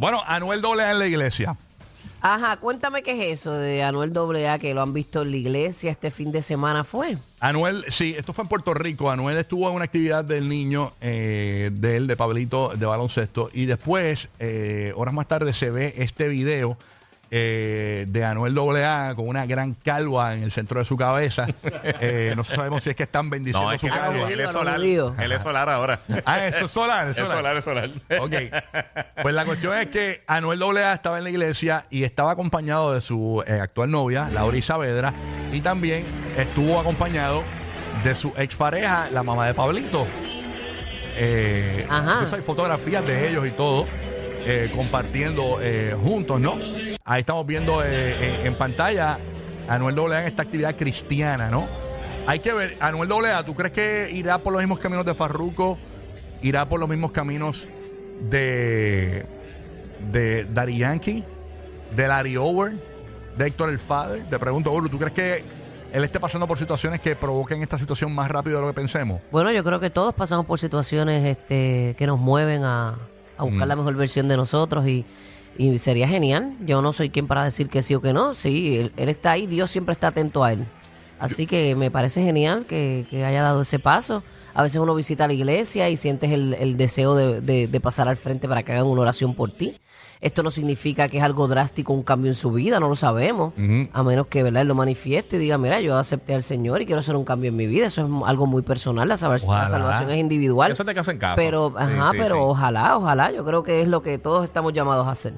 Bueno, Anuel doble A en la iglesia. Ajá, cuéntame qué es eso de Anuel AA que lo han visto en la iglesia este fin de semana fue. Anuel, sí, esto fue en Puerto Rico. Anuel estuvo en una actividad del niño, eh, de él, de Pablito, de baloncesto. Y después, eh, horas más tarde, se ve este video eh, de Anuel AA con una gran calva en el centro de su cabeza. Eh, no sabemos si es que están bendiciendo No, es su que Ah, calva. bueno. él es lo solar. digo. Él es solar ahora. Ah, eso es solar. Es solar, es solar. Ok. Pues la cuestión es que Anuel AA estaba en la iglesia y estaba acompañado de su eh, actual novia, Laura Saavedra, y también estuvo acompañado de su expareja, la mamá de Pablito. Eh, Ajá. Entonces hay fotografías de ellos y todo, eh, compartiendo eh, juntos, ¿no? Ahí estamos viendo eh, en, en pantalla a Anuel AA en esta actividad cristiana, ¿no? Hay que ver, Anuel AA, ¿tú crees que irá por los mismos caminos de Farruko? ¿Irá por los mismos caminos de, de Daddy Yankee? ¿De Larry Over? ¿De Héctor el Father? Te pregunto, Uru, ¿tú crees que él esté pasando por situaciones que provoquen esta situación más rápido de lo que pensemos? Bueno, yo creo que todos pasamos por situaciones este, que nos mueven a, a buscar la mejor versión de nosotros y, y sería genial. Yo no soy quien para decir que sí o que no. Sí, él, él está ahí, Dios siempre está atento a él. Así que me parece genial que, que haya dado ese paso. A veces uno visita la iglesia y sientes el, el deseo de, de- de pasar al frente para que hagan una oración por ti. Esto no significa que es algo drástico, un cambio en su vida, no lo sabemos. A menos que ¿verdad? él lo manifieste y diga, mira, yo acepté al Señor y quiero hacer un cambio en mi vida. Eso es algo muy personal, la, salvación- la Ojalá. salvación es individual. Eso te casa en casa. Pero, Sí, ajá, sí, pero sí. ojalá, ojalá. Yo creo que es lo que todos estamos llamados a hacer.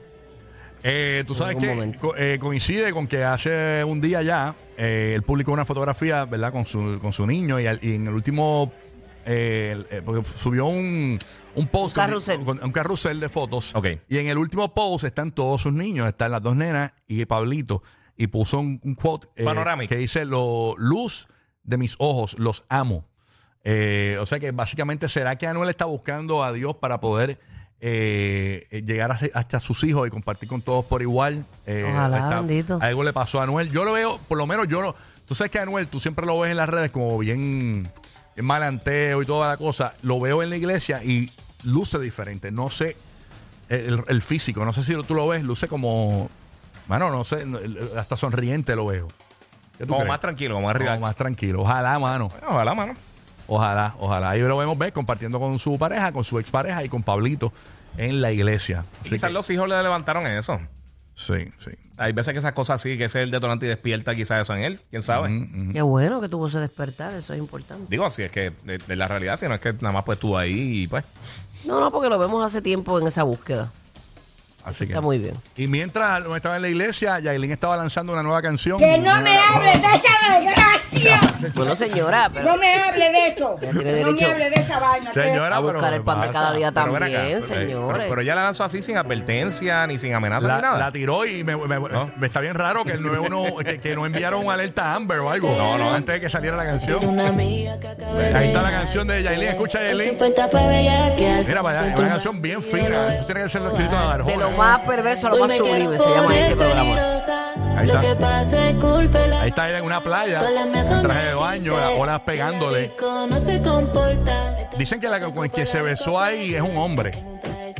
Eh, Tú sabes algún que momento. co- eh, coincide con que hace un día ya eh, él publicó una fotografía, ¿verdad? Con su, con su niño y, al- y en el último eh, el- eh, porque subió un, un post Un con- carrusel. con- un carrusel de fotos. Ok. Y en el último post están todos sus niños, están las dos nenas y Pablito. Y puso un, un quote eh, Panorámico. que dice, lo, luz de mis ojos, los amo. Eh, o sea que básicamente será que Anuel está buscando a Dios para poder eh, eh, llegar hacia- hasta sus hijos y compartir con todos por igual. Eh, Ojalá, bendito. Algo le pasó a Anuel. Yo lo veo, por lo menos yo no. Tú sabes que Anuel, tú siempre lo ves en las redes como bien, bien malanteo y toda la cosa. Lo veo en la iglesia y luce diferente. No sé el, el físico, no sé si tú lo ves, luce como, bueno, no sé, no, el- hasta sonriente lo veo. ¿Qué tú Como crees? más tranquilo, como más Como relax. más tranquilo. Ojalá, mano. Bueno, Ojalá, mano. Ojalá, ojalá. Ahí lo vemos ver compartiendo con su pareja, con su expareja y con Pablito en la iglesia. Así Quizás que- los hijos le levantaron eso. Sí, sí. Hay veces que esas cosas sí, que ese es el detonante y despierta quizás eso en él. ¿Quién sabe? Qué bueno que tuvo ese despertar, eso es importante. Digo, si es que de, de la realidad, si no es que nada más pues tú ahí y pues... No, no, porque lo vemos hace tiempo en esa búsqueda. Así que. Está muy bien. Y mientras no estaba en la iglesia, Yailin estaba lanzando una nueva canción. Que no me hable de esa desgracia. Bueno, señora, pero No me hable de eso. Ya tiene No me derecho. hable de esa vaina. que- Señora, a pero buscar el pan de pasa? cada día Ah, Pero ven acá, también, pero- señores. Pero, pero ella la lanzó así sin advertencia, ni sin amenaza, La, ni nada. la tiró y me, me- me- ¿No? está bien raro que, el 91 que, que no enviaron una alerta a Amber o algo. No, no, antes de que saliera la canción. Una amiga que acabé de Ahí está la canción de Yailin. Escucha, Yailin. Mira, Mira para allá. Es una canción bien fina. Eso tiene que ser lo escrito de de lo Arjona. más perverso a lo más sublime se llama este programa. Ahí está. Lo que pasa es culpa de la- Ahí está ella en una playa, Todas las mesas en traje de baño, las te- olas pegándole. Rico, No se comporta. Dicen que la que- con el que se besó ahí es un hombre.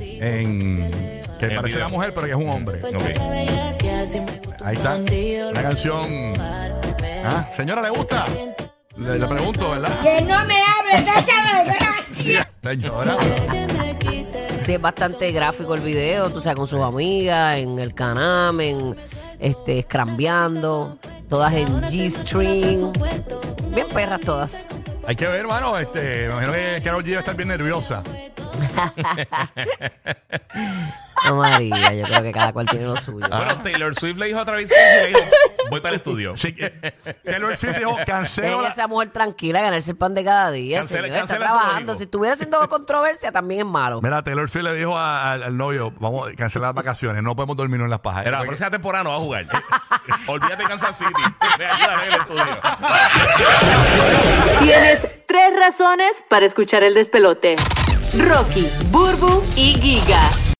En, que el parece video. una mujer, pero que es un hombre. Ok. Ahí está. La canción. Ah, señora, ¿le gusta? Le, le pregunto, ¿verdad? pues. Que no me hable de esa desgracia. Señora. Sí, es bastante gráfico el video, tú sabes, con sus amigas, en el caname, en este, scrambeando, todas en G-string. Bien perras todas. Hay que ver, hermano. Este, me imagino que Carol G va a estar bien nerviosa. No, María, yo creo que cada cual tiene lo suyo. Bueno, Taylor Swift le dijo a Travis Kelce, le dijo, voy para el estudio. Así que Taylor Swift dijo, cancelo Dejen la- esa mujer tranquila, ganarse el pan de cada día. Cancela- señor. está cancela ese trabajando. domingo. Si estuviera haciendo controversia, también es malo. Mira, Taylor Swift le dijo a- al, al novio, vamos a cancelar las vacaciones, no podemos dormir en las pajas. Pero la próxima temporada no va a jugar. Olvídate de Kansas City. Me ayudan en el estudio. Tienes tres razones para escuchar el despelote. Rocky, Burbu y Giga.